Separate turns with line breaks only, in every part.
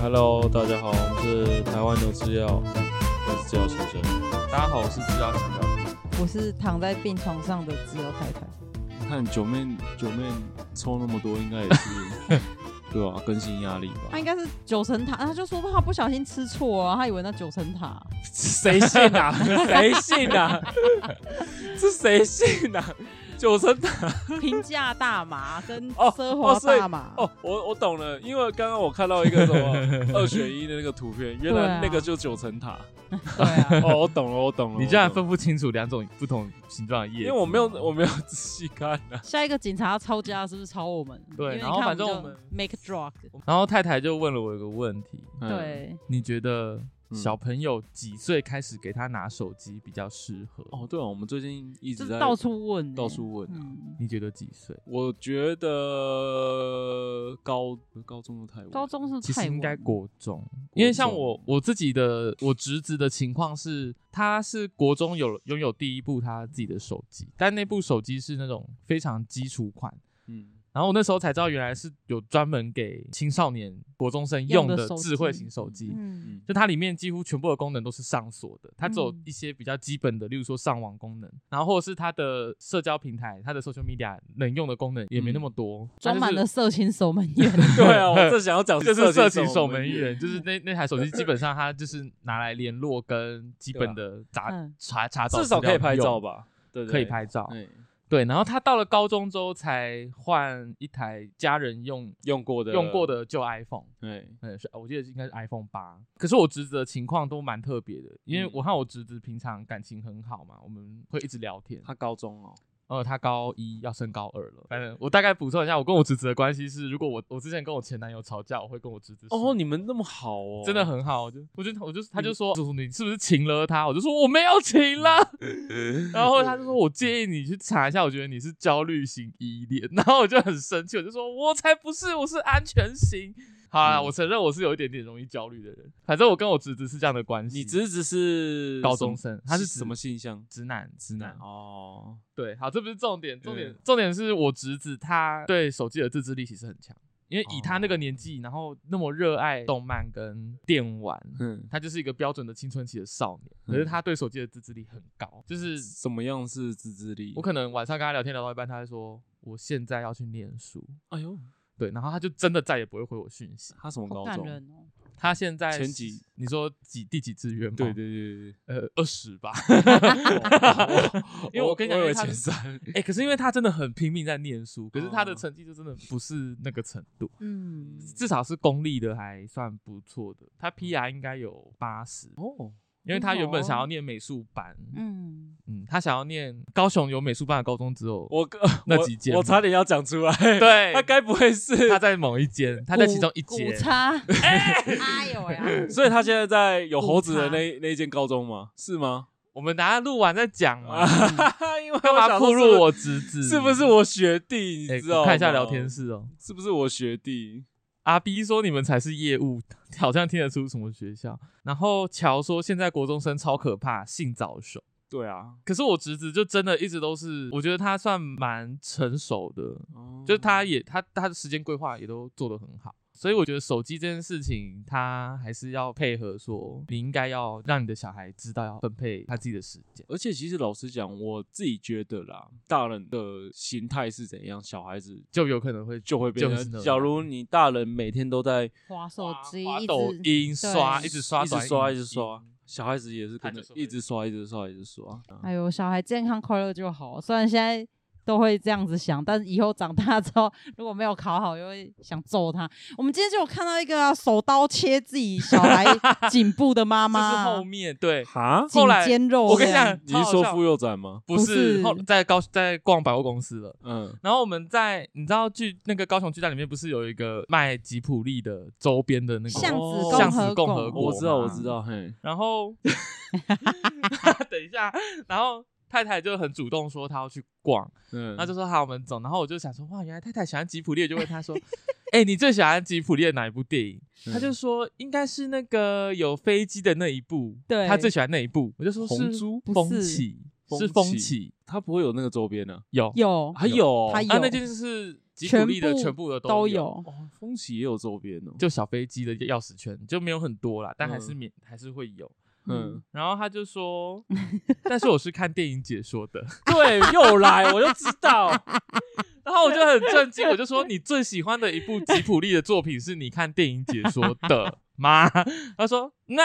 Hello，大家好，我们是台湾牛制药，我是制药先生。
大家好，我是制药先生。
我是躺在病床上的自由太太。
你看九妹，九妹抽那么多，应该也 是对啊，更新压力
他
吧？
应该是九层塔，他就说他不小心吃错啊，他以为那九层塔。
谁信 啊？谁信啊？是谁信啊？九层塔
平价大麻跟
哦
奢华大麻，
哦，我我懂了，因为刚刚我看到一个什么二选一的那个图片，原
对
来
啊
那个就九层塔。
对啊，
哦，我懂了，我懂了。
你竟
我
然
懂
分
了
不清楚两种不同形状的叶
因
子，
为我没有我 没有仔细看啊。
下一个警察抄家是不是抄我们？
对
因为你
然后
看
反正
我
我
们
们
就 make drug，
然后太太就问了我一个问题，
嗯，
对，
你觉得
嗯
小朋友几岁开始给他拿手机比较适合？
哦，对啊，我们最近一
就
直
是
在
到处问欸，
到处问啊
嗯，
你觉得几岁？
我觉得高
高中的台湾，
高中是
其实
太晚
应该国中，因为像
中
我我自己的我侄子的情况是，他是国中有拥有第一部他自己的手机，但那部手机是那种非常基础款。
嗯，
然后我那时候才知道，原来是有专门给青少年、国中生
用
用
的
的
手
智慧
机
型手机。
嗯
就它里面几乎全部的功能都是上锁的，它只有
嗯
一些比较基本的，例如说上网功能，然后或者是它的社交平台、它的 social media 能用的功能也没那么多，它
嗯装
就是
满了色情守门员，
对啊，我正想要讲
就是色情
情
守
门
门
员。
员，就是那那台手机基本上它就是拿来联络跟基本的查
嗯
查查找
啊至少
资料
可以拍照
用，
吧？对，对
可以。拍照。
哎，
对，然后他到了高中之后才换一台家人用
用过的
用过，的旧 iPhone。
哎，
嗯，是，我记得应该是 iPhone 八。可是我侄子的情况都蛮特别的，因为
嗯
我和我侄子平常感情很好嘛，我们会一直聊天。
他高中哦，
呃，他高一要升高二了，反正我大概补充一下，我跟我侄子的关系是，如果我我之前跟我前男友吵架，我会跟我侄子说
哦，你们那么好哦，
真的很好，我就我就我就他就说，叔叔你是不是请了他？我就说我没有请啦。然后他就说我建议你去查一下，我觉得你是焦虑型依恋。 然后我就很生气，我就说我才不是，我是安全型。好啦，
嗯
我承认我是有一点点容易焦虑的人。反正我跟我侄子是这样的关系。
你侄子是
高中
什么
生，他是
什么性向？
直男？直男
哦，
嗯对，好，这不是重点，重点、
嗯
重点是我侄子他对手机的自制力其实很强，因为以他那个年纪，然后那么热爱动漫跟电玩，
嗯，
他就是一个标准的青春期的少年，可是他对手机的自制力很高，就是
什么样是自制力？
我可能晚上跟他聊天聊到一半，他会说我现在要去念书，
哎呦，
对，然后他就真的再也不会回我讯息。
他什么
好
高
感
中？
人哦。
他现在
前几
你说几第几志愿吗？
对对，对
呃，二十 吧。
对，
因为我跟你讲
我
因
以为
为他
前三，
哎、可是因为他真的很拼命在念书，可是他的
哦
成绩就真的不是那个程度，
嗯，
至少是公立的还算不错的，
嗯
他 PR 应该有八十哦。因为他原本想要念美术班，
嗯，
嗯，他想要念高雄有美术班的高中，只有
我哥
那
我
几间
我差点要讲出来。
对，
他该不会是
他在某一间，他在其中一
股
间
股，差，哎呦呀，
所以他现在在有猴子的那那一间高中吗？是吗？
我们等下录完再讲 嘛。
嗯
因为
干
我
嘛
想
暴
说
露我侄子？
是不是？我学弟？
哎
你知道？
看一下聊天，室哦。
是不是我学弟？
阿 B 说你们才是业务，好像听得出什么学校。然后乔说现在国中生超可怕，性早熟。
对啊，
可是我侄子就真的一直都是，我觉得他算蛮成熟的，
嗯
哦
就是他也他他的时间规划也都做得很好。所以我觉得手机这件事情，他还是要配合说，你应该要让你的小孩知道要分配他自己的时间。
而且其实老实讲，我自己觉得啦，大人的心态是怎样，小孩子
就有可能会
就会变
就是那
成。
样
假如你大人每天都在
滑手机，
滑
一
抖
直
音刷，
对
一直刷，
一直刷一
影
直刷，小孩子也是跟
他
着
就是会
一直刷一直刷一直刷。啊
哎呦，小孩健康快乐就好。虽然现在都会这样子想，但是以后长大之后，如果没有考好，又会想揍他。我们今天就有看到一个啊、手刀切自己小孩颈部的
这
妈
是
妈
后，面 对，
哈，啊
后
颈
来
肩肉。
我跟你讲，，
你是说妇幼展吗？
不
不
是
是
后在高在逛百货公司了。
嗯，
然后我们在你知道剧那个高雄巨蛋里面不是有一个卖吉普力的周边的那个
巷子
哦
共
巷
和
子共和
国，
国
我知道
嘛
我知。道，嘿，
然后 等一下，然后太太就很主动说她要去逛，
嗯，
那就说好我们走。然后我就想说哇，原来太太喜欢吉普力，就问她说， 哎、你最喜欢吉普力的哪一部电影？
嗯
他就说应该是那个有飞机的那一部，
对
他最喜欢那一部。我就说
红
是
猪
不是
风起，
风
是风
起
起，
他不会有那个周边呢，啊
有
有
还有
他
啊
有
那件就是吉
哎全
卜力的
部
全部的
都
有。
有
哦，风喜也有周边哦，
就小飞机的钥匙圈就没有很多啦，但还是
嗯
免、还是会有。
嗯，
然后他就说，但是我是看电影解说 的，
对，又来，我就知道，
然后我就很震惊，我就说你最喜欢的一部吉卜力的作品是你看电影解说的吗？他说 那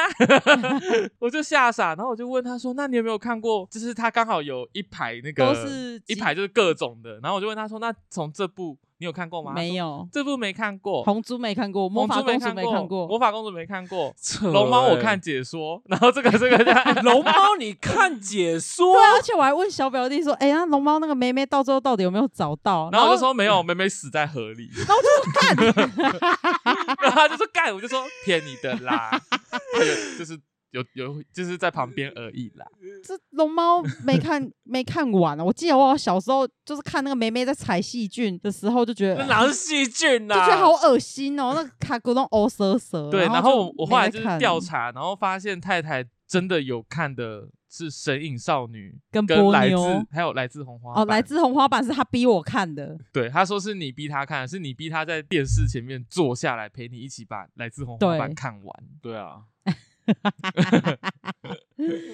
我就吓傻，然后我就问他说，那你有没有看过？就是他刚好有一排那个
都是
一
吉
排就是各种的，然后我就问他说，那从这部你有看过吗？他
没
说，
有，
这部没看过。
红猪没看过，魔
红
法
猪没
公主没
看
看
魔
过，
法公主没看过，
扯
龙猫我
欸
看解说，然后这个这个
龙猫，你看解说
对，啊，而且我还问小表弟说，哎、那龙猫那个妹妹到最后到底有没有找到？
然后我就，说没有，妹妹死在河里，
然后我就说干，
然后他就说干，我就说骗你的啦，他有就是有有就是在旁边而已啦，
这龙猫没看没看完啊！我记得我小时候就是看那个梅梅在采细菌的时候，就觉得
那
啊
哪是细菌
就
呐、
觉得
啊？
好恶心哦，那个卡古东欧蛇蛇。
对，然
后
后我我后来就是
没在看
调查，然后发现太太真的有看的是《神隐少女》
跟
跟
嗯波
来
妞
自还有来自红花
哦，来
坂
自红花版是他逼我看的，
对，他说是你逼他看，是你逼他在电视前面坐下来陪你一起把来自红花
对
坂看完，
对 啊，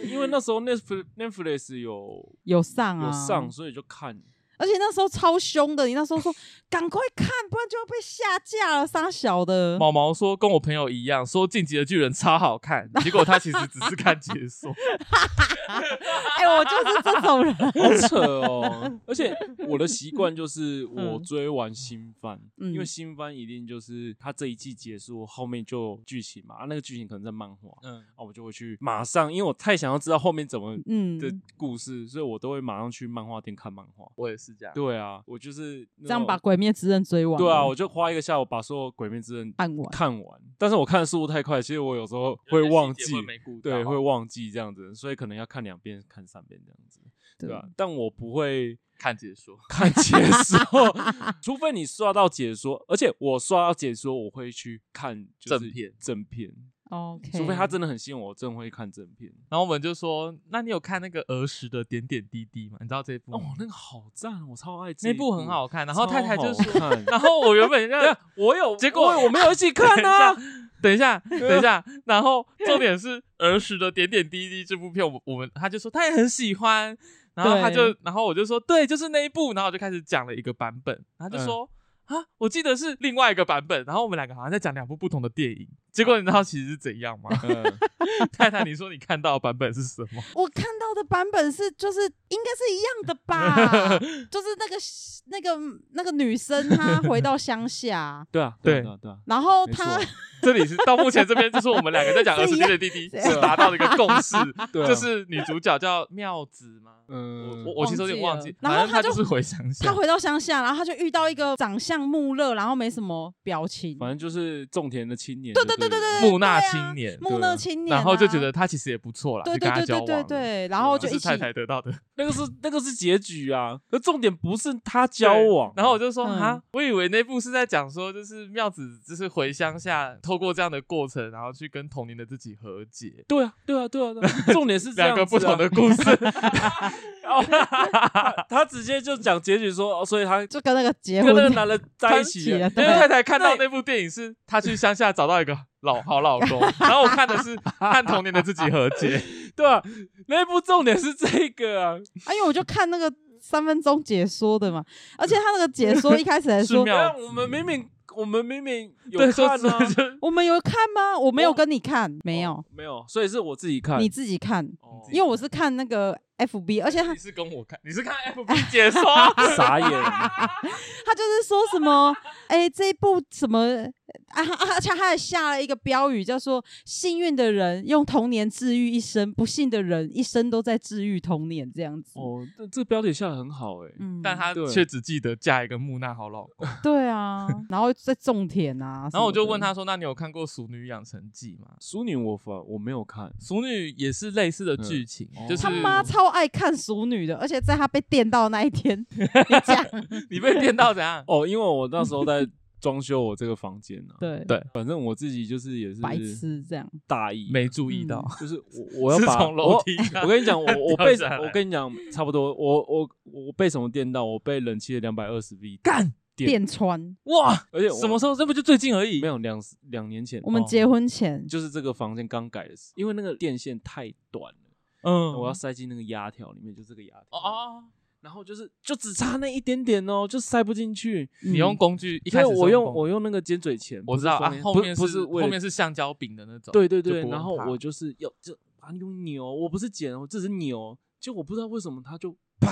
因为那时候 Netflix Netflix 有
有上啊，
有上，，所以就看。
而且那时候超凶的，你那时 候说赶快看，不然就要被下架了，杀小的。
毛毛说跟我朋友一样，说《进击的巨人》超好看，结果他其实只是看解说。
哎、我就是这 种人，
好扯 哦！而且我的习惯就是，我追完新番，
嗯
因为新番一定就是它这一季结束后面就有剧情嘛，啊，那个剧情可能在漫画，
嗯，
啊，我就会去马上，因为我太想要知道后面怎么
嗯，
的故事，所以我都会马上去漫画店看漫画。
我也是这样。
对啊，我就是那
这样
种
把《鬼灭之刃》追完。
对啊，我就花一个下午把所有《鬼灭之刃》
看完。
看完，但是我看的速度太快，其实我有时候会忘记，对，
啊
会忘记这样子，所以可能要看两遍、看三遍这样子，对
啊
吧、但我 不会
看解说。
看解说，除非你刷到解说，而且我刷到解说，我会去看、就是、
正片，
正片，
OK，
除非他真的很吸引我，我真的会看正片。
然后我们就说，那你有看那个儿时的点点滴滴吗？你知道这部
哦
吗？，
那个好赞，哦我超爱
嗯
这
那
一
部很好啊看。然后太太就
超好
说，
看
然后我原本 就
我有，
结果
我没有一起看啊。
等一下，等一 下，然后重点是儿时的点点滴滴这部片，我我们他就说他也很喜欢，然后他就
对，
然后我就说对，就是那一部，然后我就开始讲了一个版本，然后他就说、啊，我记得是另外一个版本，然后我们两个好像在讲两部不同的电影，结果你知道其实是怎样吗？
嗯，
太太，你说你看到的版本是什么？
我看到的版本是，就是应该是一样的 吧，就是那个那个那个女生她回到乡下
对啊，
对
对啊对啊对啊，
然后
没错
她
啊
这里是到目前这边就是我们两个在讲儿时点点滴滴，
是一啊
是达到了一个共识，
对啊，
就是女主角叫妙子吗？
嗯，
我我我其实有点忘记，
忘
反正她
记了然后她就
就是啊回想想，
她回到乡下，然后她就遇到一个长相木讷，然后没什么表情，
反正就是种田的青年。对对对对
对
木讷
对啊
青年
木
对
讷
啊
青年啊，
然后就觉得她其实也不错啦，
对
就
对
跟她
对
交
对
往
对
了。啊
对，然后
这
就
是
一起
太太得到的
那个是那个是结局啊，可重点不是他交
对
往，
然后我就说
嗯
啊，我以为那部是在讲说，就是妙子就是回乡下，透过这样的过程，然后去跟童年的自己和解，
对啊对啊对啊，对啊重 点是这样
两
子啊哦
个不同的，故事。
他直接就讲结局说，哦所以他
就跟那 个结
跟那个
婚，
男的在一起了
他，
因为
对
太太看到 那部电影是她去乡下找到一个老好老 公，然后我看的是和童年的自己和解，
对啊，那部重点是这个啊，
哎，因为我就看那个三分钟解说的嘛，而且他那个解说一 开始还
是
说
妙。
但我们明明我们明明 有
对，说
看
是
啊，
就
我们有看吗？我没有跟你看，没有
哦，没有，所以是我自己看，
你自己看，
哦
因为我是看那个 FB，而且他
你是跟我看，你是看 FB 解说，
傻眼，
他就是说什么，哎、这一部什么啊，啊而且他还下了一个标语，叫做“幸运的人用童年治愈一生，不幸的人一生都在治愈童年”这样子。
哦，这这标题下的很好哎，
嗯，
但她
对
却只记得嫁一个木讷好老公。
对啊，然后在种田啊，
然后我就
什么的
问她说：“那你有看过《熟女养成记》吗？”
淑女我反我没有看，
熟女也是类似的剧情，
嗯？
就是
他妈超爱看熟女的，而且在他被电到那一天，你讲
你被电到怎样
哦，因为我那时候 在装修我这个房间呢、啊，
对
对
反正我自己就是也是
白痴这样，
大意，
没注意到，
就是 我我要
是
把
从楼
我
梯上
我跟你讲，我我被
掉下来
我跟你讲差不多，我我我被什么电到？我被冷气的两百二十 V
干
电
电穿。
哇，
而且我
什么时候？这不就最近而已
没。有两两年前
我们
哦
结婚前，
就是这个房间刚改的时候，因为那个电线太短了，
嗯
我要塞进那个压条里面，就这个压
哦
条
哦，
然后就是就只差那一点点哦，就塞不进去。
你
嗯
用工具一
因
开
为
始是
嗯我用
工具
我用那个尖嘴钳，
我知道
不是
啊
双，眼
后
不
面
不是为了
后面是橡胶柄的那种，
对对
就
对，
不
然
用
后
怕
我就是要就把它用扭，我不是剪，我只是扭，就我不知道为什么它就砰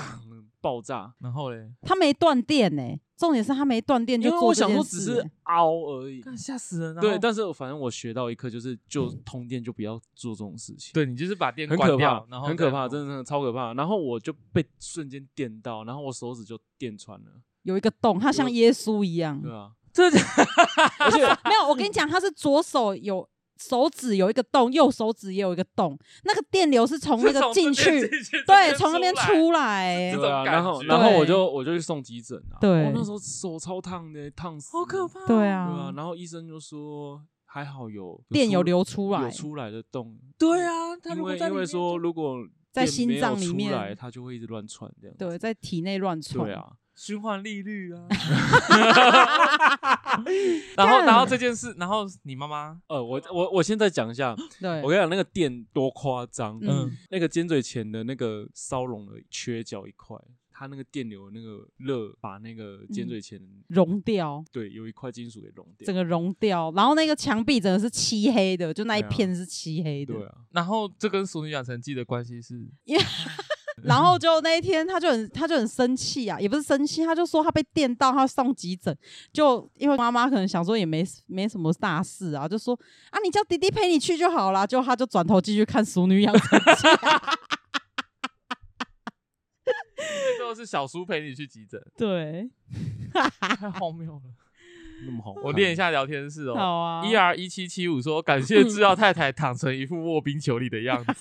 爆炸，
然后嘞，
他没断电呢、重点是他没断电
因
就
为
做
我
这
想
件
说
事
只是
欸
凹而已。
干吓死人。然
对，
后
但是反正我学到一课，就是就通电就不要做这种事情。。
对你就是把电
嗯很
关
可
掉
怕，，
然后
很可
再
怕，真的真的超可怕。然后我就被瞬间电到，然后我手指就电穿了，
有一个洞，他像耶稣一样。
对啊，
这
而且
没有，我跟你讲，他是左手有手指有一个洞，右手指也有一个洞，那个电流是从那个
从
进
这边
去，
去
对，从那边
边
出来欸、
这
对啊，
种感
然后
觉
然后我
对
就我就去送急诊啊，
对
我那时候手超烫的，烫死，
好可，怕，
对
对啊
啊，，
然后医生就说还好有
电有
出
流出来
有，出来的洞，
对啊，他
因
如果
为
在
因
里
为
面
说
就
如果
在
电
心
没有
脏里
出
面
来它就会一直乱窜这样，
对，，在体内乱窜。
对啊，
循环利率 啊，然
啊
后然后这件事，然后你妈妈，
呃，我我我现在讲一下，
对
我跟你讲那个电多夸张，
嗯
嗯，
那个尖嘴钳的那个烧拢的缺角一块，它那个电流的那个热把那个尖
嗯
嘴钳、
融掉，
对有一块金属给融掉
整，个融掉，然后那个墙壁整个是漆黑的，就那一
对啊
片是漆黑的。
对啊，
然后这跟《熟女养成记》的关系是，
然后就那一天，他就很他就很生气啊，也不是生气，他就说他被电到，他送急诊。就因为妈妈可能想说也没没什么大事啊，就说啊，你叫弟弟陪你去就好啦。就他就转头继续看《熟女养成记》
最后是小叔陪你去急诊，
对，
太荒谬了。
那么好，
我练一。下聊天室哦。
好啊，
E R 一七七五说：“感谢制药太太躺成一副卧冰求鲤的样子，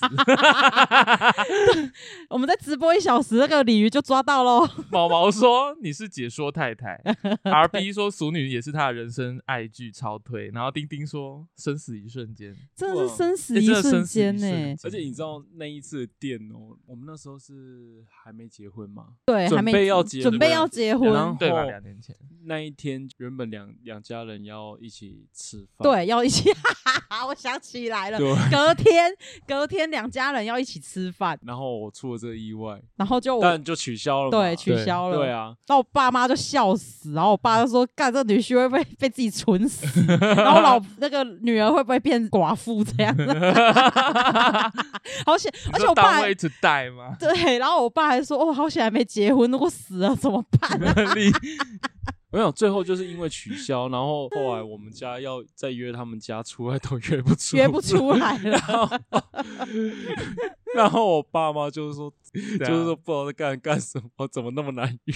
我们在直播一小时，那个鲤鱼就抓到喽。
毛毛说你是解说太太，R B 说熟女也是她的人生爱剧超推，然后丁丁说生死一瞬间，
真的是
哇
生死
欸
一
真的
瞬
生死一
间呢、
瞬间
而且你知道那一次的电哦，我们那时候是还没结婚嘛，
对，
准
还没
备要结
准备
婚
要结
然
婚
后，
嗯对吧？两年 前，
那一天原本两两家人要一起吃饭，
对，要一起， 我想起来了，
对，
隔天隔天两家人要一起吃饭，
然后我出了这个意外，
然后就我
但就取消了嘛，
哦对取消了，
对啊，
然后我爸妈就笑死，然后我爸就说：“干这女婿会不会被自己蠢死？ 然后我 老那个女儿会不会变寡妇这样？” 好险！而且我爸
单
还？
位 to die 吗
对，然后我爸还说：“哦，好险还没结婚，如果死了怎么办、 啊
你
没有，最后就是因为取消，然后后来我们家要再约他们家出来都约不出，
约不。 出来了。
然后我爸妈就是说，
啊
就是说不知道在干干什么，怎么那么难约？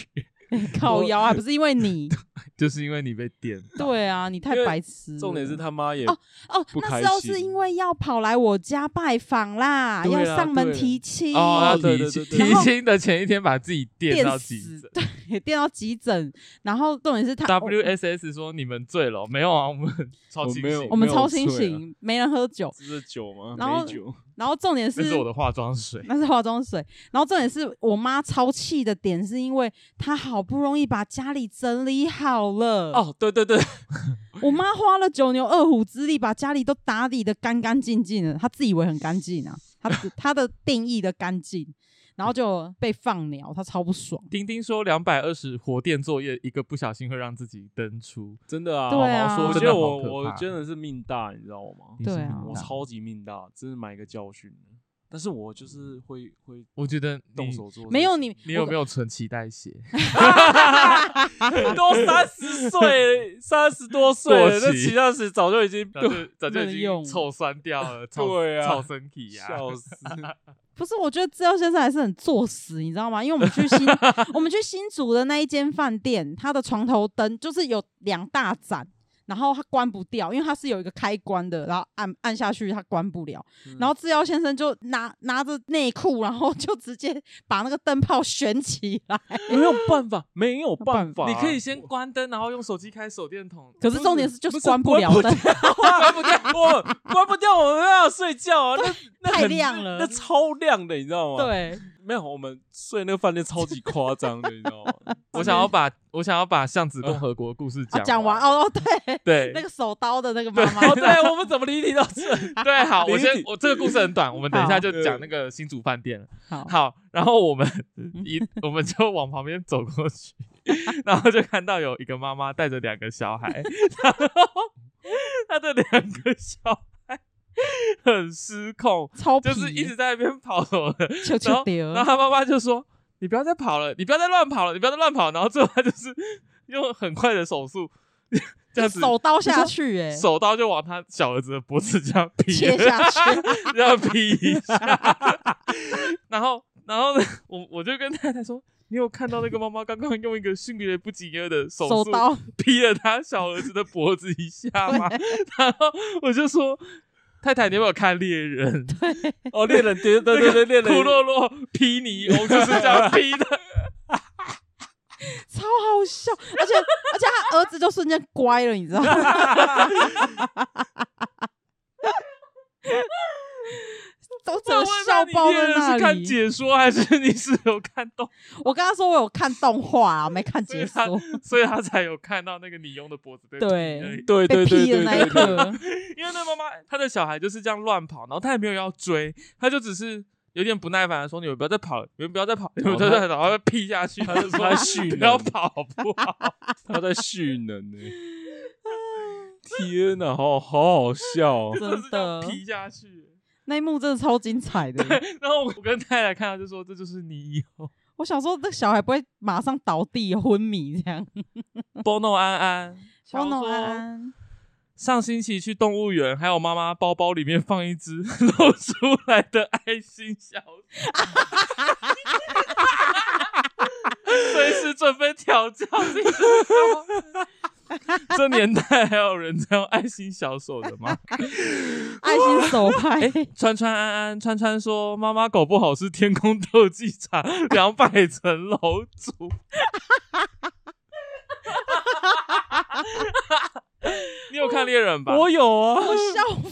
靠腰还不是因为 你？
就是因为你被 电，
对啊，你太
因为
白痴了。
重点是他妈也
哦，
不
那
开
时候是
心
因为要跑来我家拜访啦，
对
要
啦
上门
对
提亲。
哦，要
对
提
对
亲
对对
提
对
亲的前一天把自己电到
电
急诊
死，。对，电到急诊。然后重点是他
W S S 说你们醉了，没有啊，我们超
我
清
没 有
醒
我，们
没
超
有
清
醉啊
醒，没人喝酒。
这是酒吗？
然后
美酒，
然后重点
这
是，
是我的化妆水。
那是化妆水。然后重点是我妈超气的点，是因为她好不容易把家里整理好了，
哦，对对对，
我妈花了九牛二虎之力把家里都打理的干干净净的，她自以为很干净啊，她 只她的定义的干净，然后就被放鸟，她超不爽。
丁丁说两百二十活电作业，一个不小心会让自己登出。
真的啊，
对啊
好好说我觉
真的
得
好
我
可
我
怕嗯
真的是命大，你知道吗？
你是
对
命
啊
大
我超级命大，真是买个教训。但是我就是会会
我觉得
动
你，
手做，
没有你，
你有 没
有？
有存脐带血？
都三十岁，三十多岁了，
过
那
期
齐大使早就已 经
早就早就
没
已
得
经
用
臭酸掉 了，臭
对啊
臭身体啊！
笑死。
不是，我觉得资料先生还是很作死，你知道吗？因为我们去 新我们去新竹的那一间饭店，它的床头灯就是有两大盏，然后它关不掉，因为它是有一个开关的，然后按按下去它关不了。
嗯
然后制药先生就拿拿着内裤，然后就直接把那个灯泡悬起 来。
没有办法，没有办法，啊
你可以先关灯，然后用手机开手电筒。
可是重点是就是关
不
了灯，
关不掉，我关不掉，我们要睡觉啊，那 那
太
很
亮 了
那超亮的，你知道吗？
对，啊
没有，我们睡那个饭店超级夸张的，你知 道吗？
我想要把我想要把巷子共和国的故事
啊
讲
讲完。哦哦， 对，
对
那个手刀的那个妈
对
妈，
哦
对，啊我们怎么离题到 这？
对，好，我
理
先
解
我这个故事很短，我们等一下
好呃
就讲那个新竹饭店了。
好，
好，然后我们
嗯
一我们就往旁边走过去，然后就看到有一个妈妈带着两个小孩，然 后她的两个小孩很失控，
超皮
就是一直在那边跑的，
球
然
球
后
丢，
然后他妈妈就说：“你不要再跑了，你不要再乱跑了，你不要再乱跑。”然后最后他就是用很快的手速， 这样子
手刀下去，哎，
手刀就往他小儿子的脖子这样劈
切下去，
这样劈一下。 然后，然后呢，我我就跟太太说：“你有看到那个妈妈刚刚用一个迅雷不及掩耳的手
手
速
刀，
劈了他小儿子的脖子一下吗？”然后我就说。太太，你有没有看猎 人？
哦，猎人对对对对，猎
库
人
洛洛劈你，我就是这样劈的。
超好笑，而且而且他儿子就瞬间乖了，你知道吗？都整个笑爆在
是
那
看
里。
解说还是你是有看动？
我跟他说我有看动画、啊，我没看解
所以
说。
他所以他才有看到那个你用的脖子被
对
劈而已
对
被
对对
劈的
对
那一
对对，
刻，
因为那妈妈她的小孩就是这样乱跑，然后她也没有要追，她就只是有点不耐烦的说：“你们不要再跑了，你们不要再跑，你们不要再跑。”然后被劈下去，她就说
她：“训
不要
人
跑，好不好
他在蓄能 呢。天哪，好好好笑哦！
真
是这样
的
劈下去。
那一幕真的超精彩的。”
然后我跟太太看到就说：“这就是你以后
我想说，那小孩不会马上倒地昏迷这样。
Bono 安安。”
小诺安安，
上星期去动物园，还有妈妈包包里面放一只 露出来的爱心小手，随时准备挑战这个。这年代还有人在用爱心小手的吗？
爱心手拍，
川川安安，川川说：“妈妈狗不好是天空斗技场两百层楼主。”你有看猎人吧？
我有啊，
我笑疯。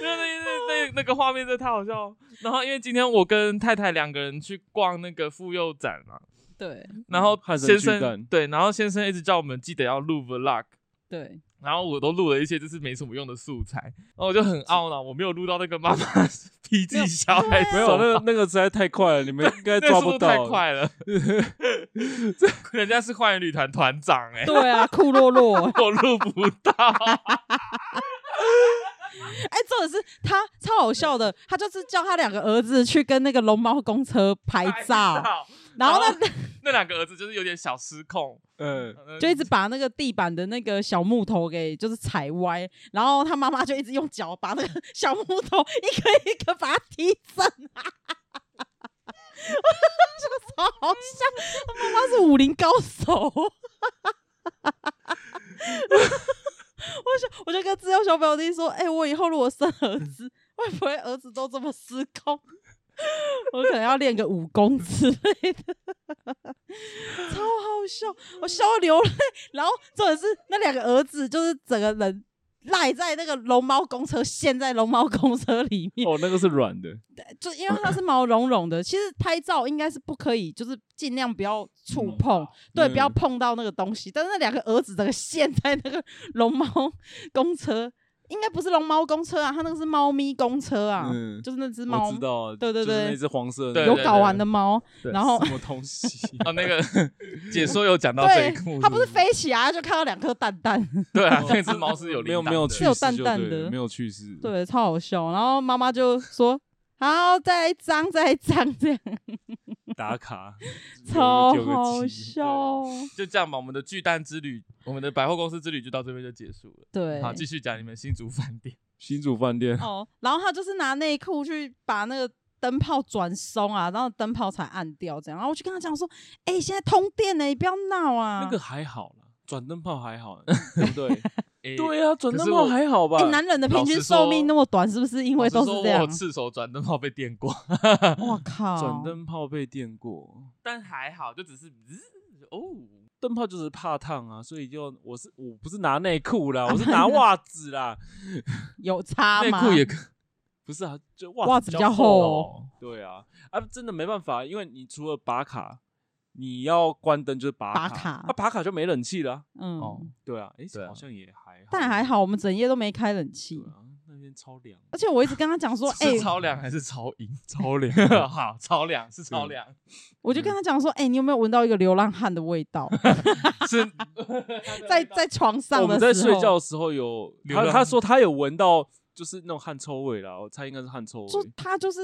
因为那那那那个画面真的太好笑了。然后因为今天我跟太太两个人去逛那个妇幼展嘛，
对
然后
嗯汉神
先
巨
生
蛋
对，然后先生一直叫我们记得要录 vlog。
对，
然后我都录了一些就是没什么用的素材，然后我就很懊恼，我没有录到那个妈妈 脾气小
啊
孩
没有
手
那
把
个那个实在太快了，你们应 该
那
抓
速
不
度太
到。
快 了，人家是幻影旅团团长哎、
对啊，酷洛洛。
我录不到，
哎，重点是他超好笑的，他就是叫他两个儿子去跟那个龙猫公车拍照，然后呢
那两个儿子就是有点小失控，
嗯，
就一直把那个地板的那个小木头给就是踩歪，然后他妈妈就一直用脚把那个小木头一个一个把它踢正。 我就超好笑，他妈妈是武林高手。 我想，我就跟自由小表弟说：“哎、我以后如果生儿子，会不会儿子都这么失控？ 我可能要练个武功之类的。” 超好笑，我笑到流泪。然后重点是那两个儿子就是整个人赖在那个龙猫公车，陷在龙猫公车里面。
哦，那个是软的，
就因为它是毛茸茸的，其实拍照应该是不可以，就是尽量不要触碰，对，
嗯
不要碰到那个东西。但是那两个儿子整个陷在那个龙猫公车，应该不是龙猫公车啊，它那个是猫咪公车啊，
嗯
就是那只
我
猫
知道啊。
对对
就是
对
那只黄色的
对？
那
有
个
睾丸的猫，
对
然后
什么东 西 啊
哦，那个解说有讲到这
对
一幕，，
它不是飞起来就看到两颗蛋蛋，
对啊，那只猫是有
没有
铃铛的
没有去
有
世
淡
就
淡
对了
的
没有去世。
对，超好笑。然后妈妈就说：“好，再来一张，再来一 张，这样
打卡，
超
有个
好
鸡
笑哦。
就这样吧。我们的巨蛋之旅，我们的百货公司之旅就到这边就结束了。”
对，
好，继续讲你们新竹饭店。
新竹饭店，
哦，然后他就是拿内裤去把那个灯泡转松啊，然后灯泡才按掉这样。然后我就跟他讲说：“哎、现在通电呢、你不要闹啊。
那个还好啦，转灯泡还 好，对不对？
诶
对啊，转
可
灯
是
泡
我
还好吧
哎、？男人的平均寿命那么短，是不是因
老
为
实
都
说
是这
我
样
有？赤手转灯泡被电过，
我靠！
转灯泡被电过，
但还好，就只是滋
嗯
哦，
灯泡就是怕烫啊，所以就我是
啊
我不是拿内裤啦，我是拿袜子啦，
有差
内
吗？
裤也可
不是啊，就
袜
袜
子
子
比
比
较
较
厚
哦对啊，啊，真的没办法，因为你除了拔卡，你要关灯就是拔
拔
卡，
卡
那、拔卡就没冷气了啊、
嗯，
哦，
对啊，诶，
对啊
好像也还好，
但还好我们整夜都没开冷气
对，啊，那边超凉，
而且我一直跟他讲 说，哎
是，超凉还是超阴？
超 凉，
好，超凉是超凉，
我
嗯
就跟他讲说，哎，你有没有闻到一个流浪汉的味 道？
是
在在床
哦我
上的
们在
时
睡
候
觉的时候有
流
他
浪
他说他有闻到就是那种汗臭味啦，我猜应该是汗臭味。
就他就是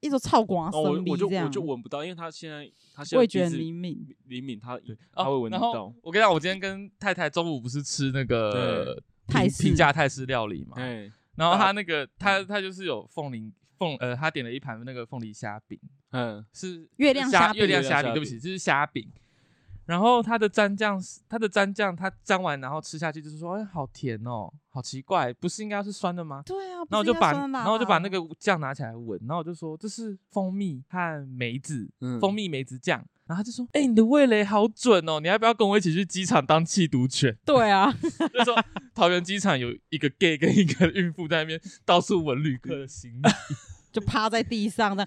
一种臭瓜
那哦我
生
我
鼻
就
这样，
我就闻不到，因为他现在他现在
味
鼻
觉很
子
灵敏。
灵敏，他他会
哦，
闻得
然
到
后。我跟你讲，我今天跟太太中午不是吃那个
泰
平
式
平价泰式料理嘛，
哎
然后她那个
嗯
她她就是有凤梨凤呃，她点了一盘那个凤梨虾饼，
嗯，
是
月亮虾
虾
饼
月亮虾
月亮虾饼
饼，对不起，这是虾饼。然后它的蘸酱是，它的蘸酱，它蘸完然后吃下去，就是说，哎，好甜哦，好奇怪，不是应该是酸的吗？
对啊，不
然后我
是
就
应该
把，
酸辣
然后我就
辣
把
的嗯
那个酱拿起来闻，然后我就说这是蜂蜜和梅子，
嗯
蜂蜜梅子酱。然后他就说，哎、你的味蕾好准哦，你要不要跟我一起去机场当缉毒犬？
对啊，
就说桃园机场有一个 gay 跟一个孕妇在那边到处闻旅客的行李，
就趴在地上的。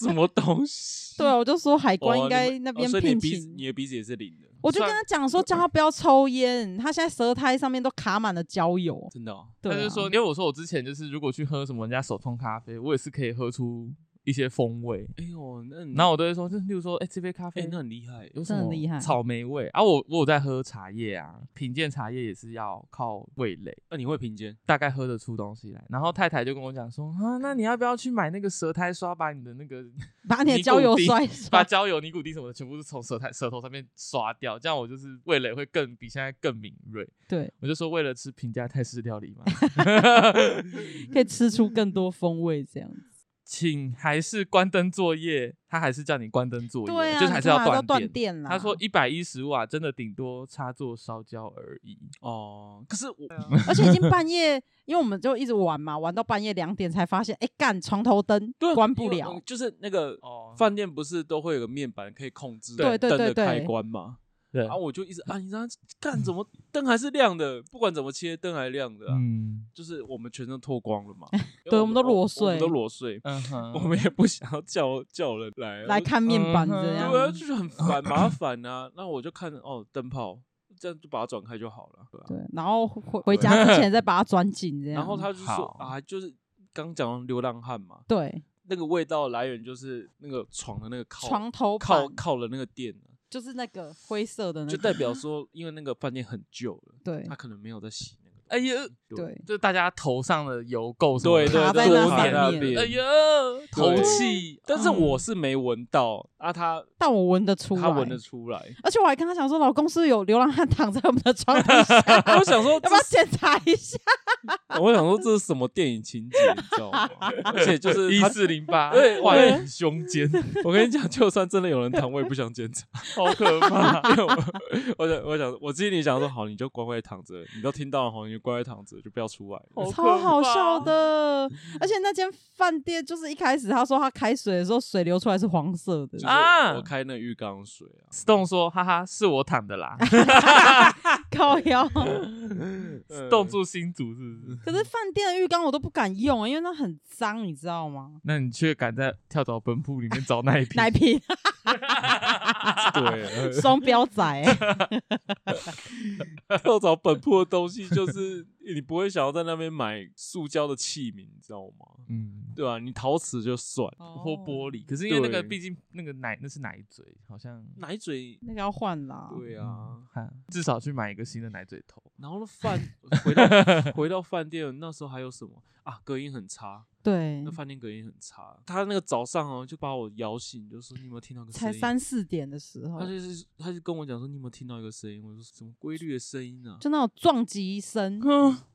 什么东西？
对啊，我就说海
哦，
关应该
你们
那
哦
边
所以你
聘
的鼻子，
请。
你的鼻子也是灵的，
我就跟他讲说，叫他不要抽烟，他现在舌苔上面都卡满了焦油。
真的哦。
对、啊，
他就说，因为我说我之前就是如果去喝什么人家手冲咖啡，我也是可以喝出一些风味。
哎呦，那
嗯
你
然后我都会说，就例如说，哎、这杯咖啡、
哎，那很厉害。
有什
真的
么
厉害
草莓味啊？我我有在喝茶叶啊，品鉴茶叶也是要靠味蕾，
那啊你会评鉴？
大概喝得出东西来。然后太太就跟我讲说啊，那你要不要去买那个舌苔刷，把你的那 个
把你的
尼
焦
古
油
丁
摔
把
摔。
焦油、尼古丁什么的全部是从舌苔舌头上面刷掉，这样我就是味蕾会更比现在更敏锐。
对，
我就说为了吃平价泰式料理嘛，
可以吃出更多风味这样子。
请还是关灯作业，他还是叫你关灯作业，
对啊，
就是
你
还是
干嘛
要
断
电。
电啦。
他 说，一百一十瓦真的顶多插座烧焦而已。
哦，可是我
而且已经 半夜，因为我们就一直玩嘛，玩到半夜两点才发现，哎、干床头灯
对啊
关不
因为
了
嗯。就是那个
哦
饭店不是都会有个面板可以控制
对对
灯
对
的
对
开关吗？
对
然后我就一直按，你知道干怎么灯还是亮的，不管怎么切灯还亮的、啊，
嗯
就是我们全身脱光了嘛，因为
对
我
我们都裸睡
我们都裸睡，
嗯哼
我们也不想要叫叫人来啊
来，看面板这
我
样，
对啊，就是很烦麻烦啊。那我就看哦灯泡，这样就把它转开就好了，对啊。
对，然后回回家之 前再把它转紧这样。
然后他就说
好
啊，就是刚讲到流浪汉嘛，
对
那个味道来源就是那个床的那个靠
床头板
靠靠了那个垫啊、
就是那个灰色的那
就
个，
代表说因为那个饭店很旧了，
对
他可能没有在洗那个东西。
哎呀，
对，
就大家头上的油垢什么
对
的
对
卡
对，
在
多
那上
年那
面嗯
边
哎呀，头
对
气。
但是我是没闻到啊，他
但我闻得出来，
他闻得出来。
而且我还跟他讲说，老公是不是有流浪汉躺在我们的床底下，要
我想说，
不要检查一下？
我想说这是什么电影情节，你知道吗？而且就是
一
他，
四零八，
对
换
对
你胸间，
我跟你讲，就算真的有人躺，我也不想检查。
好可怕。
因为我我想，我想，我心里想说，好，你就乖乖躺着，你都听到了，好，你就乖乖躺着，就不要出来了。
好可
超好
怕
笑的。而且那间饭店就是一开始他说他开水的时候，水流出来是黄色的
就是，
啊
我我开那浴缸水啊，
Stone 说：“哈哈，是我躺的啦。
靠腰。
，Stone 住新竹是不是？
可是饭店的浴缸我都不敢用，欸因为那很脏，你知道吗？
那你却敢在跳蚤本铺里面 找那一瓶？
奶瓶
对，呃
双标仔、欸，
要找本铺的东西，就是你不会想要在那边买塑胶的器皿，你知道吗？
嗯，
对啊，你陶瓷就算，
或
哦
玻璃。可是因为那个，毕竟那个奶那是奶嘴，好像嗯
奶嘴，
那个要换啦。
对啊。
哈至少去买一个新的奶嘴头。
然后那饭 回 到回到饭店，那时候还有什么啊？隔音很差，
对
那，饭店隔音很差。他那个早上哦、就把我摇醒，就说你有没有听到个声
才
音？啊
三四点的时候
他，就是他就跟我讲说你有没有听到一个声音？我就说什么规律的声音啊？
就那种撞击声。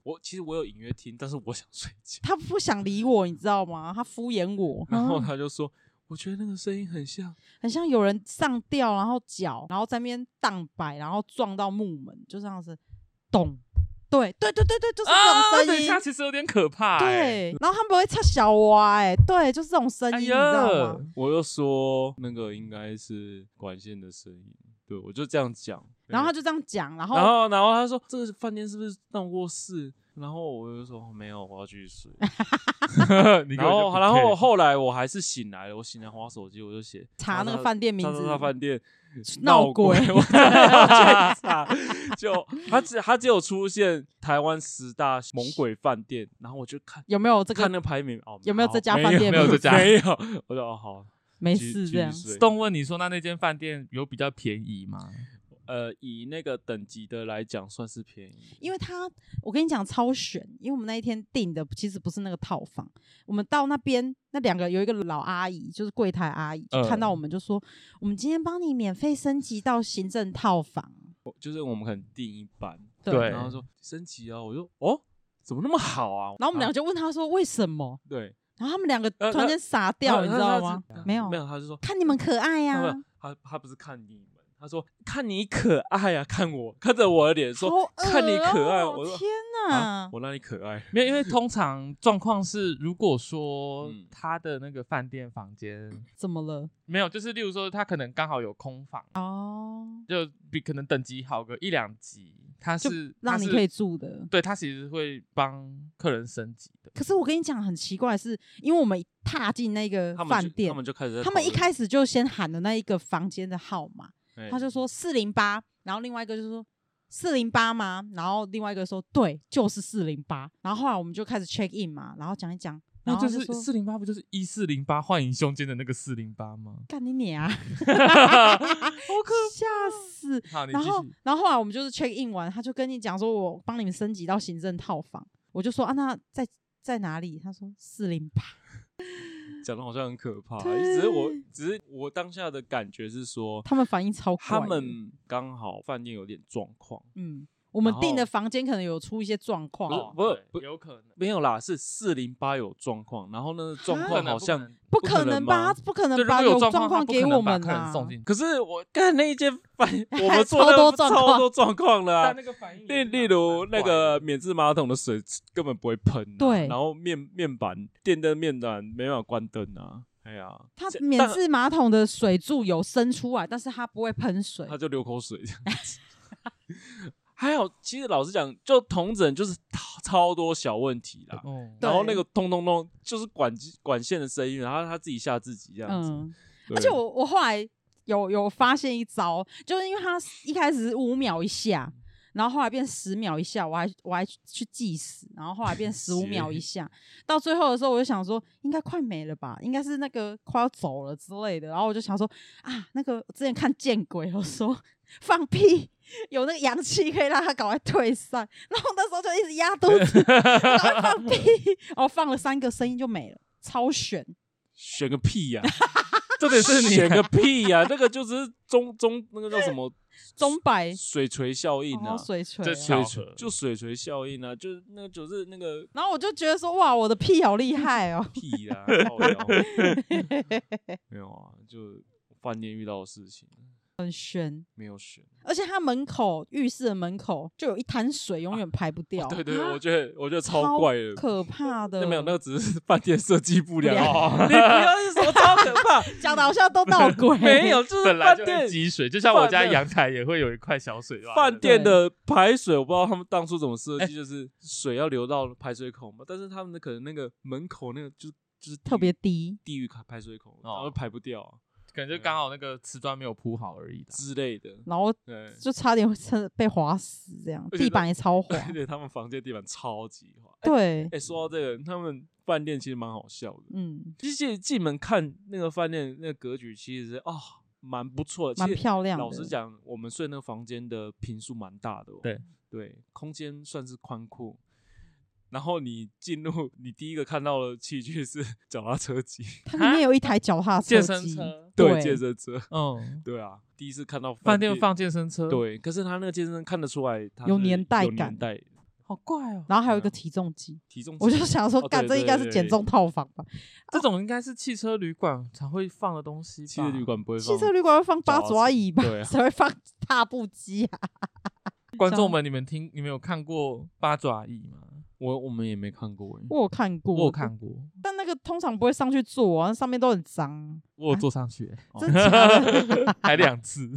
我其实我有隐约听，但是我想睡觉。
他不想理我，你知道吗？他敷衍我，
然后他就说，我觉得那个声音很像，
很像有人上吊，然后脚，然后在那边荡摆，然后撞到木门，就这样子咚。对对对对对，就是这种
等
声
一
音。
啊下，其实有点可怕。哎，
对，然后他们不会唱小蛙、哎，对，就是这种声音，
哎
你知道
呀
吗？，
我又说那个应该是管线的声音。对，我就这样讲。
然后他就这样讲，然后
然后，然后他说：“这个饭店是不是让卧室？然后我就说哦没有，我要继 续睡。
你根
然
本就
后
不
然后
care
后来我还是醒来了，我醒来划手机，我就写
查那个饭店名
查
字
查查饭店
闹
鬼
鬼，
我真的要去查，就他只他只有出现台湾十大猛鬼饭店，然后我就看
有没有 这
看
个？
那排名哦，
有没有
好
这家
没
饭
有
店
没有这家
没有，我就哦好，
没
继续
事
继
这样
续。睡
动问你说，那那间饭店有比较便宜吗？
呃，以那个等级的来讲，算是便宜。
因为他，我跟你讲超悬，因为我们那一天订的其实不是那个套房，我们到那边那两个有一个老阿姨，就是柜台阿姨，就看
嗯
到我们就说，我们今天帮你免费升级到行政套房，
就是我们可能订一班，
对
然后说升级啊，我就哦，怎么那么好啊？
然后我们两
啊
个就问他说为什么，
对
然后他们两个
呃
突然间傻掉，
他
你
他
知道
他
吗
是？
没有
没，有，他就说
看你们可爱
他
呀、
没有他他不是看你们，他说看你可爱啊，看我看着我的脸
好
说看你可爱，
恶哦
我说
天哪、
啊，我让你可爱，
没有，因为通常状况是，如果说
嗯
他的那个饭店房间
怎么了？
没有，就是例如说他可能刚好有空房，
哦，
就比可能等级好个一两级，他是
让你
它是
可以住的。
对他其实会帮客人升级的。
可是我跟你讲，很奇怪的是，因为我们一踏进那个
他们
饭
就
店
他，们就开始在
他们一
讨论
开始就先喊了那一个房间的号码，
哎
他就说四零八，然后另外一个就说四零八吗？然后另外一个说对，就是四零八。然后后来我们就开始 check in 嘛，然后讲一讲，
那
然后
就
他
是
说
四零八，不就是一四零八幻影胸间的那个四零八吗？
干你娘，啊
好可
吓死！
好，你
然
继
后
续。，
然后后来我们就是 check in 完，他就跟你讲说，我帮你们升级到行政套房。我就说啊，那在在哪里？他说四零八。
讲的好像很可怕，
对
只是我只是我当下的感觉是说，
他们反应超快
他
的。
们刚好饭店有点状况，
嗯，我们
然
订的
后
房间可能有出一些状况啊
不是
哦
不是
对
不
有可能，
没有啦，是四零八有状况，然后呢状
啊
况好像
不
不
可
可
能
能
吧？
吗
不可
对
能
如
吧？
果
有
状
状
况，
况
他不可
给
能
我
把
们啊
客人
啦。
送进去。
可是我看那一间饭， 我
还
们做
超
那
多
个
状
超
况
多状况了啊、
但那个反应
例
也
例
蛮
如那
怪
个
的
免治马桶的水根本不会喷、啊，
对
然后面面板电灯面板没办法关灯啊，哎呀、
它
这
免
但
治马桶的水柱有伸出来，但是它不会喷水
他。就流口水这样子。 还好，其实老实讲，就同诊就是超超多小问题啦。
哦，
对
然后那个咚咚咚，就是管机管线的声音，然后他自己吓自己这样子。
嗯，
对
而且我我后来有有发现一招，就是因为它一开始是五秒一下，然后后来变十秒一下，我还我还去计时，然后后来变十五秒一下，到最后的时候我就想说，应该快没了吧，应该是那个快要走了之类的，然后我就想说啊，那个之前看见鬼，我说。放屁！有那个阳气可以让他赶快退散，然后那时候就一直压肚子，赶快放屁，然后放了三个声音就没了，超悬。
选个屁呀、
重点是你
选个屁呀、那个就只是中中那个 叫什么
钟摆
水锤效应啊
哦，，水锤
这
啊
巧
水
合
锤就水锤效应啊，就是那个就是那个！
然后我就觉得说，哇，我的屁好厉害哦
屁啦，靠 腰没有啊，就饭店遇到的事情
很悬，
没有选。
而且它门口浴室的门口就有一滩水，永远排不掉。
啊哦对对，我觉得我觉得
超
啊超怪的，
可怕的。
那没有，那个只是饭店设计不良
不。良
哦你不要一说超可 怕，
讲的好像都闹鬼，
没有，就是
本来
饭
就会
店
积水，就像我家阳台也会有一块小水洼。
饭店的哎排水，我不知道他们当初怎么设计，就是水要流到排水孔嘛，但是他们的可能那个门口那个就是就是地
特别
狱
低。
地狱排水孔，然
哦
后排不掉啊
可能就刚好那个瓷砖没有铺好而已的。
之类的。
然后
对，
就差点车被划死，这样
而且
地板也超滑。
而且他们房间地板超级滑。哎
对，
哎，说到这个，他们饭店其实蛮好笑的。
嗯，
其实进门看那个饭店那个格局，其实是哦蛮不错的，其
蛮
实
漂亮的。
老实，讲，我们睡那个房间的平数蛮大的、哦，
对
对，空间算是宽阔。然后你进入，你第一个看到的器具是 脚踏车机，
它里面有一台脚
啊
踏车
健身
机，
车，
对
健身车，
嗯，
对啊，第一次看到
饭店放健身车，，
对，可是他那个健身看得出来，他
有
是
年代
有年
感
代
好怪哦。
然后还有一个体重机。
体重
我
机
就想说
嗯哦，
干
对
这应该
对
是
对
减重套房吧？
这种应该是汽车旅馆才会放的东西吧。
汽车旅馆不会放
汽车旅馆会放八
脚踏
爪
车
椅吧
对？啊
谁会放踏步机啊？
观众们，你们听，你们有看过八爪椅吗？
我我们也没看过哎，
我有看过，
我有看过，
但那个通常不会上去坐啊，上面都很脏，
啊 我有坐上去，
哦
真假的？
还两次，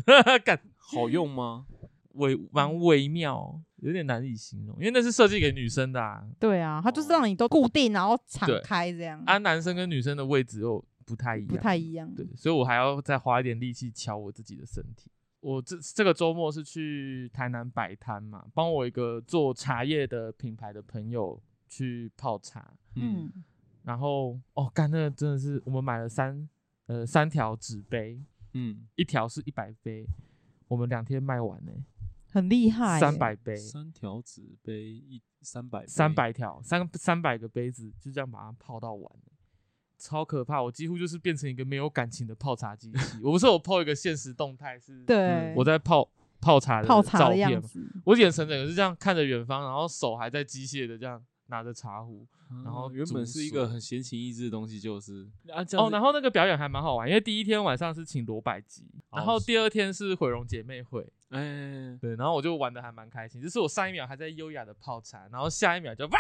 干
好用吗？
微蛮微妙，有点难以形容，因为那是设计给女生的啊，
对啊，它就是让你都固定，然后敞
对
开这样，
啊，男生跟女生的位置又不太一样，
不太一样。
对，所以我还要再花一点力气瞧我自己的身体。我这这个周末是去台南摆摊嘛，帮我一个做茶叶的品牌的朋友去泡茶，
嗯，
嗯，
然后哦，干那个真的是我们买了三呃三条纸杯，
嗯，
一条是一百杯，我们两天卖完呢、
很厉害欸，
三百杯，
三条纸杯一三百杯
三百条，三三百个杯子就这样把它泡到完了超可怕！我几乎就是变成一个没有感情的泡茶机器。我不 是有泡一个现实动态是，
对，
嗯我在泡泡茶的
泡茶
照
的样
片嘛，
子，
我眼神整个是这样看着远方，然后手还在机械的这样拿着茶壶。
啊
然后
原
煮
本是一个
熟
很闲情逸致的东西，就是啊这样
哦，
子
然后那个表演还蛮好玩，因为第一天晚上是请罗百吉，然后
哦
第二天是毁容姐妹会，
哎，
对，然后我就玩的还蛮开心，就是我上一秒还在优雅的泡茶，然后下一秒 就哇，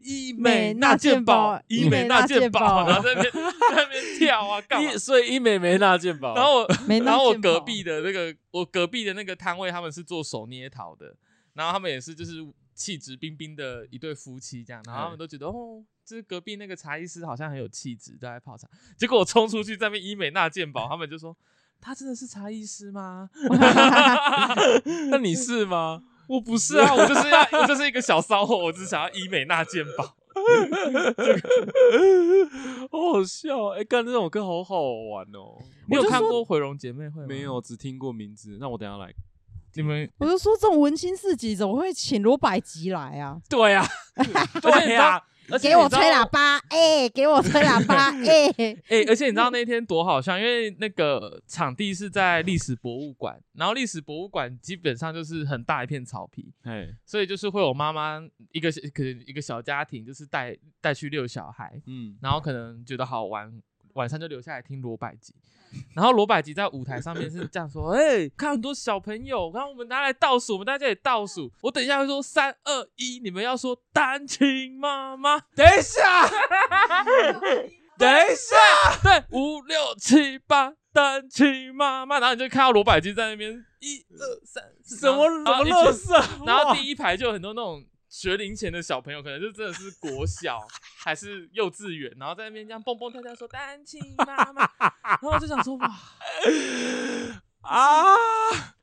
医美
美那
那
鉴
鉴宝
宝，医
医
美
美
那
那
鉴
鉴宝，
宝
然后在那边在那边跳啊， 干嘛
一？所以一美没拿鉴 宝，
然后我
没哎那
然后我
健保
隔壁的那个我隔壁的那个摊位，他们是做手捏陶的，然后他们也是就是气质彬彬的一对夫妻这样，然后
嗯
他们都觉得哦。就是隔壁那个茶艺师好像很有气质，都在泡茶。结果我冲出去，在那边医美那鉴宝，他们就说：“他真的是茶艺师吗？”
那你是吗？
我不是啊，我就是要，我就是一个小骚货，我只想要医美那鉴宝。
好好笑哎，干这种歌好好玩哦，
你有
就
看
说
过《毁容姐妹会》吗？
没有，，只听过名字。那我等一下来。
你们
我就说这种文青市集怎么会请罗百吉来啊？
对呀，对呀，
而且
给我吹
喇
喇叭，哎、给我吹 喇叭，哎、
哎、而且你知道那天多好笑，因为那个场地是在历史博物馆，然后历史博物馆基本上就是很大一片草皮，
哎，
所以就是会有妈妈一个可能一个小家庭，就是带带去遛小孩，
嗯，
然后可能觉得好玩，晚上就留下来听罗百吉。然后罗百吉在舞台上面是这样说：“哎、看很多小朋友，然后我们拿来倒数，我们大家也倒数。我等一下会说三二一，你们要说单亲妈妈。
等一下， 等一下，
对，五六七八，单亲妈妈。然后你就看到罗百吉在那边一二三四，
什么什
然后
么
然后
乐
一群
色？啊
然后
哇
第一排就有很多那种学龄前的小朋友，可能就真的是国小还是幼稚园，然后在那边这样蹦蹦跳跳说单亲妈 妈，然后我就想说哇，
啊，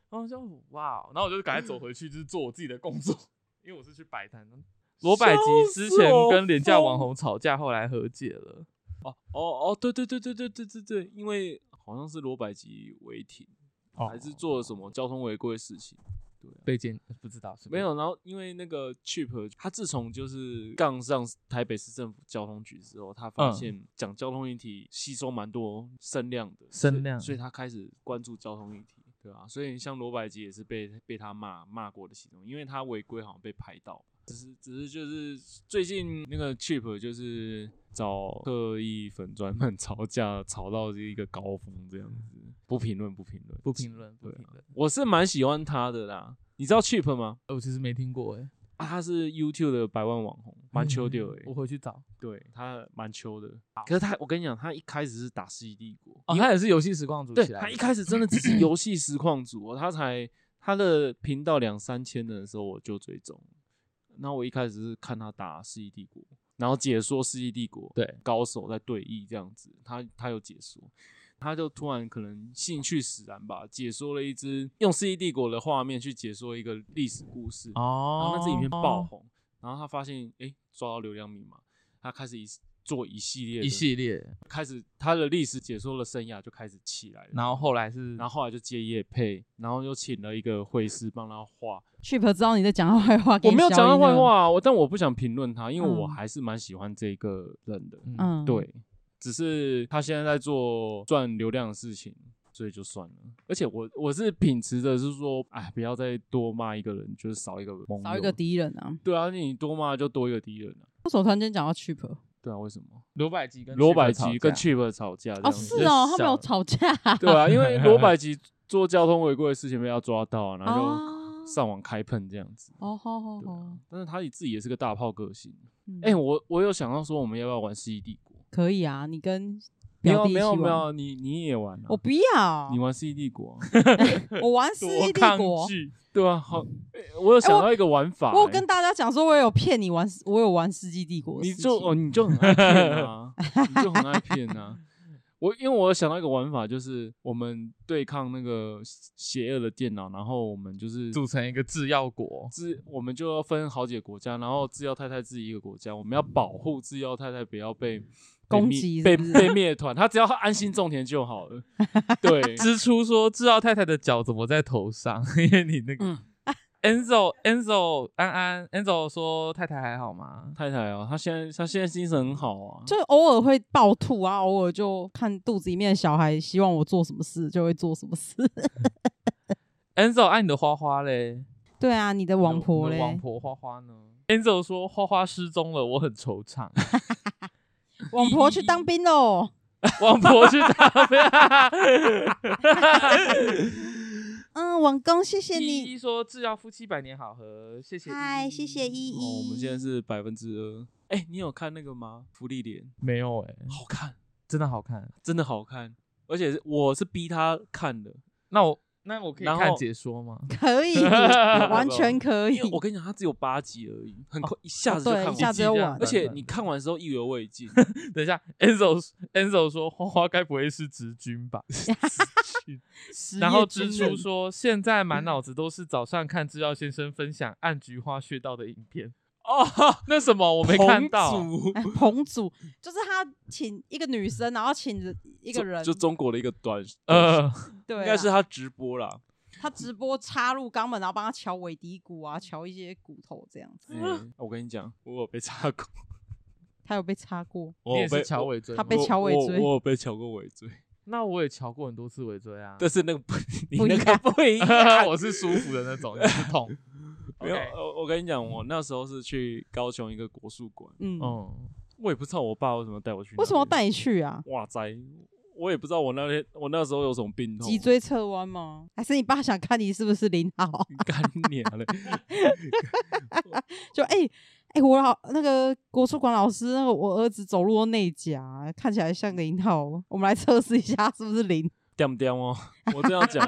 然后我就哇，然后我就赶快走回去，就是做我自己的工作， 因为我是去摆摊。罗百吉之前跟廉价网红吵架，后来和解了。
哦哦，对对对对对对对对，因为好像是罗百吉违停，还是做了什么交通违规事情。
被监？不知道，随
没
便
有，然后因为那个 Chip，他自从就是杠上台北市政府交通局之后，他发
嗯
现讲交通议题吸收蛮多声量的
声
所以
量
所以他开始关注交通议题，对吧、所以像罗百吉也是被被他骂骂过的其中，因为他违规好像被拍到，只是只是就是最近那个 Chip 就是找特意粉专们 吵架，吵到一个高峰这样子，不评论不评论
不评，论，不
对啊啊
评论。
我是蛮喜欢他的啦，你知道 Chip 吗？
呃我其实没听过哎，
啊，他是 YouTube 的百万网红，蛮秋的诶、
嗯我回去找。
嗯哦对他蛮秋的。可是他，我跟你讲，他一开始是打《世纪帝国》
哦，
你
他也是游戏实况组
对
起来的。啊
他一开始真的只是游戏实况组、哦，他才他的频道两三千人的时候我就追踪，那我一开始是看他打《世纪帝国》，然后解说《世纪帝国》
对
高手在对弈这样子，他他有解说。他就突然可能兴趣使然吧，解说了一支用《世纪帝国》的画面去解说一个历史故事，然
哦，
后那支影片爆红，然后他发现哎、诶抓到流量密码，他开始一做一系列的
一系列，
开始他的历史解说的生涯就开始起来了，
然后后来是，
然后后来就接叶配，然后又请了一个绘师帮他画，
Chip 知道你在讲他坏话，给
我
你
没有讲他
消音
坏
了，
话啊，我但我不想评论他，因为我
嗯
还是蛮喜欢这个人的，
嗯
嗯，，
对，只是他现在在做赚流量的事情。所以就算了，而且我我是秉持着是说，哎，不要再多骂一个人，就是少一个盟
少一
友
个敌人啊。
对啊，你多骂就多一个敌人啊。
为什么突然间讲到哦 Chip？
对啊，为什么？
罗百吉跟
罗百
Chip
吉跟
吵架
哦，
Chip 吵架这样子，
是哦，
就
他们
小
有吵架
对啊，因为 罗百吉做交通违规的事情被他抓到啊，然后
哦
就上网开喷这样子。
哦，好好
对啊
好，，
但是他自己也是个大炮个性。
嗯
E 哎，我我有想到说，我们要不要玩《世纪帝国》？
可以啊，你跟
没
表
有
弟一
没
起
有
玩。
没有，你你也玩啊
我不要
你，玩《世纪帝国》 啊？
我玩《世
多
纪帝
抗
E 国》。哎
拒，
对啊，好，欸我有想到一个玩法欸，
我有跟大家讲说，我有骗你玩，我有玩《世纪帝国》的
你
事情。
就哦，你就很爱骗 啊，你就很爱骗啊。我因为我有想到一个玩法，就是我们对抗那个邪恶的电脑，然后我们就是
组成一个制药国。
制，我们就要分好几个国家，然后制药太太自己一个国家，我们要保护制药太太不要被被
攻
灭
击是
被
不是
被灭团，他只要安心种田就好了。对，
嗯
支出说制药太太的脚怎么在头上？ 因为你那个、
嗯
Enzo Enzo 安安 Enzo 说太太还好吗？
太太啊，她现在她现在精神很好 啊，
就偶尔会暴吐啊，偶尔就看肚子里面的小孩希望我做什么事就会做什么事。
Enzo 啊爱你的花花嘞，
对啊，你的王
你
婆
的
嘞，
你的王婆花花呢？Enzo 说花花失踪了，我很惆怅。
王婆去当兵喽。
王婆去打 飞。
嗯，王公，谢谢
依
你。
依说制药夫妻百年好合，谢谢依依。
嗨，谢谢依
哦，
依。
我们现在是百分之二。哎、你有看那个吗？福利脸
没有哎、
好看，
真的好看。
真的好看，而且是我是逼他 看的。
那我那我可以
然
看
后
解说吗？
可 以，完全可以
因为。我跟你讲，它只有八集而已，很快一下子就
哦对，
看
一
完，
下子就
一集这样
完
而
了。
且你看完之后意犹 未尽。
等一下，Enzo Enzo 说花花该不会是直军 吧？
实
然后
业
支
军
出
人
说现在满脑子都是早上看制药先生分享按菊花穴道的影片。
哦，
那什么我没看到，
同组
哎 彭祖就是他请一个女生，然后请着一个人，
就就中国的一个短，呃，
呃，
对啦，
应该是他直播啦。
他直播插入肛门，然后帮他敲尾骶骨啊，敲一些骨头这样子。
哎我跟你讲，我有被插过，
他有被插过，
你
我有
也是
被
乔
我
尾椎
他
吗
被
我
敲尾
我
椎
我有被敲过尾椎，
那我也瞧过很多次尾椎啊，
但是那个不，你
不一
那个
样
不一 样。
我是舒服的那种，你是痛。
没有，
OK
呃
我我跟你讲，我那时候是去高雄一个国术馆，
嗯，
嗯，
我也不知道我爸为什么带我去，
为什么要？带你去啊？
哇塞，我也不知道我那天我那时候有什么病痛，
脊椎侧弯吗？还是你爸想看你是不是领好？
干娘嘞！
就哎哎、我老那个国术馆老师，那个我儿子走路都内夹，看起来像个零号，我们来测试一下他是不是零。
屌不屌哦？我这样讲，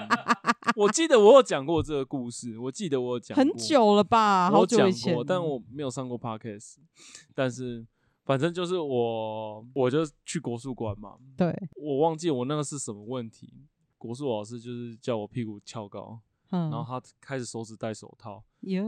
我记得我有讲过这个故事，我记得我有讲过
很，久了吧，
我
好
有
久
讲
以前了
过，，但我没有上过 podcast，但是反正就是我，我就去国术馆嘛，
对，
我忘记我那个是什么问题，国术老师就是叫我屁股翘高，
嗯，
然后他开始手指戴手套，
哟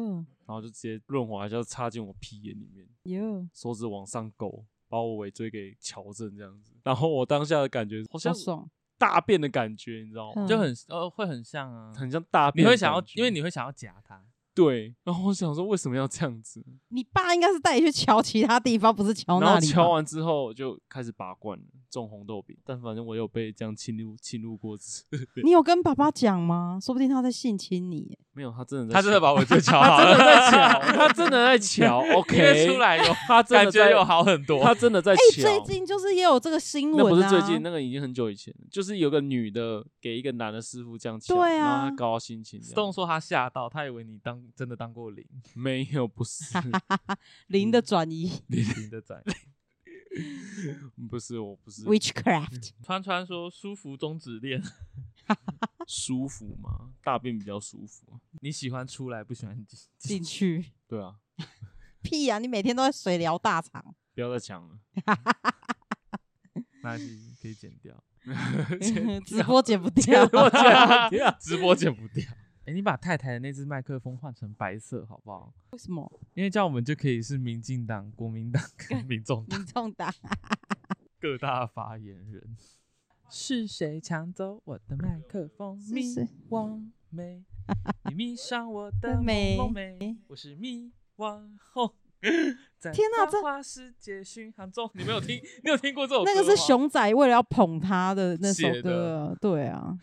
然后就直接润滑一下插进我屁眼里面，
哟，
手指往上勾。把我尾椎给矫正这样子，然后我当下的感觉好
好
像
爽，
大便的感觉，你知道吗？
嗯
就很呃会很像啊，
很像大便
你
的感觉，
会想要，因为你会想要夹它。
对，然后我想说为什么要这样子？
你爸应该是带你去瞧其他地方，不是瞧那
然后
里吧。
敲完啊之后我就开始拔罐了，种红豆饼。但反正我有被这样侵入侵入过几次，
你有跟爸爸讲吗？说不定他在性侵你耶。
没有，他真的在
他真的把尾 椎瞧好
他
了，
真的 在瞧，他真的在瞧
因为
，OK，
出来有
他真
感
的
觉
在
有，好很多。
他 真的在
哎、最
瞧。
近就是也有这个新闻、
那
啊，
不是最近，那个已经很久以前了，就是有个女的给一个男的师傅这样瞧，
对
然后
啊
他高高兴兴这样。
Stone 说他吓到，他以为你当真的当过 零
没有，不是，
零的转移
零的仔。
不是，我不 是
witchcraft，
川川说舒服中指恋，
舒服吗？大便比较舒服。啊
你喜欢出来不喜欢进
进去。
对啊，
屁呀、你每天都在水疗大 厂，
不要再抢了。
那是可以剪掉，
直播 剪 不掉。
啊
直播剪不掉。哎、你把太太的那只麦克风换成白色好不好？
为什么？
因为这样我们就可以是民进党、国民党跟民众党
民众党
各大发言人。是谁抢走我的麦克风？
是
迷
谁
惘 美，你迷上我的
的美
朦胧美，我是迷惘红。在
天哪这
花花世界巡航中，你没有听？ 你有听过这首歌
那
吗？
个是熊仔为了要捧他的那首
写
歌
的
啊，对啊，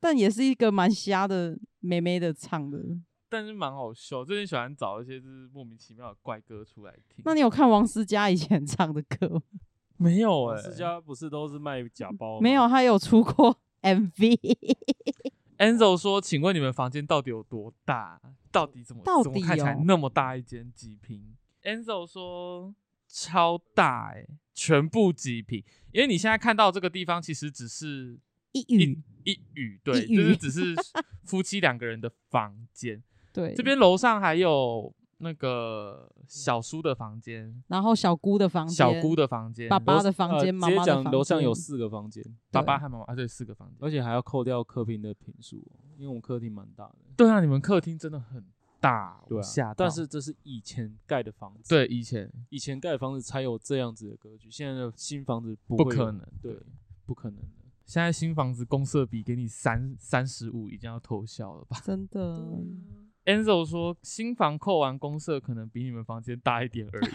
但也是一个蛮瞎的妹妹的唱的。
但是蛮好笑，最近喜欢找一些就是莫名其妙的怪歌出来听。
那你有看王思佳以前唱的歌吗？
没有哎、
世家不是都是卖假包？
嗯没有，，她有出过 MV，
e n z o 说：“请问你们房间到底有多大？到底怎么
到
怎么
底
看起来
哦
那么大一间几平？”Enzo 说：“超大哎、全部挤平。因为你现在看到这个地方，其实只是
一
一
语
一语，对，
一
就是
隅
只是夫妻两个人的房间。
对
这边楼上还有那个小叔的房间，
然后小姑的房间，
小姑的房间，
爸爸的
呃
房间，妈妈
直接
的房
讲
间，
楼上有四个房间，
爸
对
爸和妈妈啊，对，四个房间。
而且还要扣掉客厅的平数哦，因为我们客厅蛮大的。
对啊，你们客厅真的很大，我
对
吓
啊
到，
但是这是以前盖的房子，，
对以前
以前盖的房子才有这样子的格局，现在的新房子不
不
会有
可能，
对，不可能的。
现在新房子公设比给你三三十五，已经要偷笑了吧
真的，
？Enzo 说，新房扣完公设可能比你们房间大一点而已，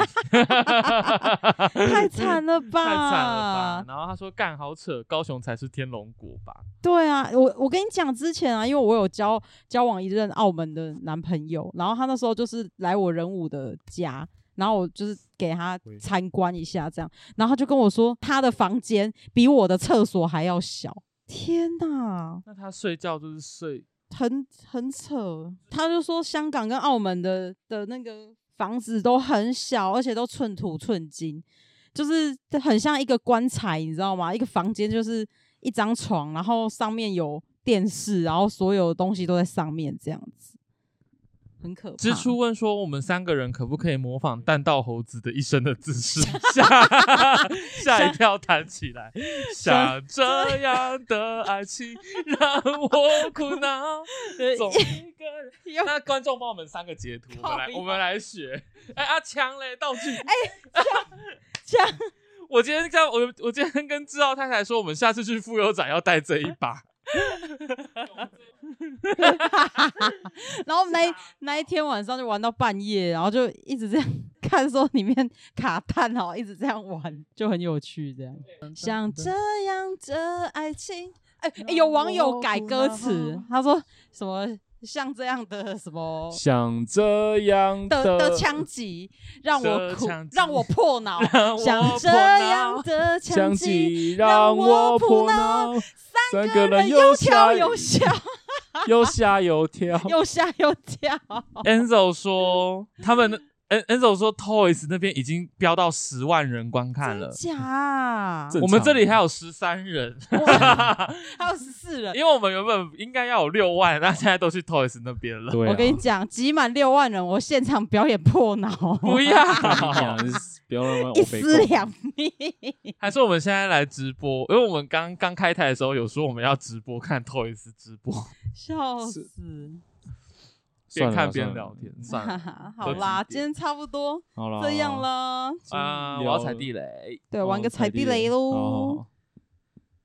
太惨了吧，
太惨 了吧？然后他说，干好扯，高雄才是天龙国吧？
对啊，我我跟你讲之前啊，因为我有交交往一任澳门的男朋友，然后他那时候就是来我仁武的家，然后我就是给他参观一下这样，然后他就跟我说他的房间比我的厕所还要小，天哪，
那他睡觉就是睡，
很很扯。他就说香港跟澳门的的那个房子都很小，而且都寸土寸金，就是很像一个棺材，你知道吗？一个房间就是一张床，然后上面有电视，然后所有东西都在上面，这样子很可怕。
支出问说：“我们三个人可不可以模仿弹道猴子的一生的姿势？”吓吓一跳，弹起来。像这样的爱情让我苦恼， 总一个人。
又
那观众帮我们三个截 图，我们来
靠腰
我们来 学。哎、阿强嘞，道具。哎、
这样
我今天在我我今天跟志浩太太说，我们下次去妇幼展要带这一 把。
然后我们那一那一天晚上就玩到半夜，然后就一直这样 看说里面卡蛋哦，一直这样玩，就很有趣这样。像这样的爱情，哎、哎有网友改歌词，他说什么像这样的什么。
像这样
的的枪击让我
的
苦
枪，击
让我破脑，
让我
像这
破脑
样的枪
枪
击，
击
让
让
我
我
苦
苦
恼
恼，
三
三
个
个
人
人
又
又
跳
跳
又笑，
又吓又跳。
又吓又跳。
Enzo 说，他们那 En Enzo 说，Toys 那边已经飙到十万人观看了。
假啊，
正
我们
常
这里还有十三人，
还有十四人。
因为我们原本应该要有六万，那现在都去 Toys 那边了。
对啊，
我跟你讲，挤满六万人，我现场表演破 脑，
不要，
讲，不要让我
一
被
尸
告
两命。
还是我们现在来直播，因为我们刚刚开台的时候有说我们要直播看 Toys 直播，
笑
是
死！
边
算了
看
啦
边
算了
聊天，算
哈
了
哈，
都
好
几
啦，
点
今天差不多
好啦，
这样
了
了。
啊、我要踩地雷，
对，玩个
哦
踩地雷
好好
喽
好。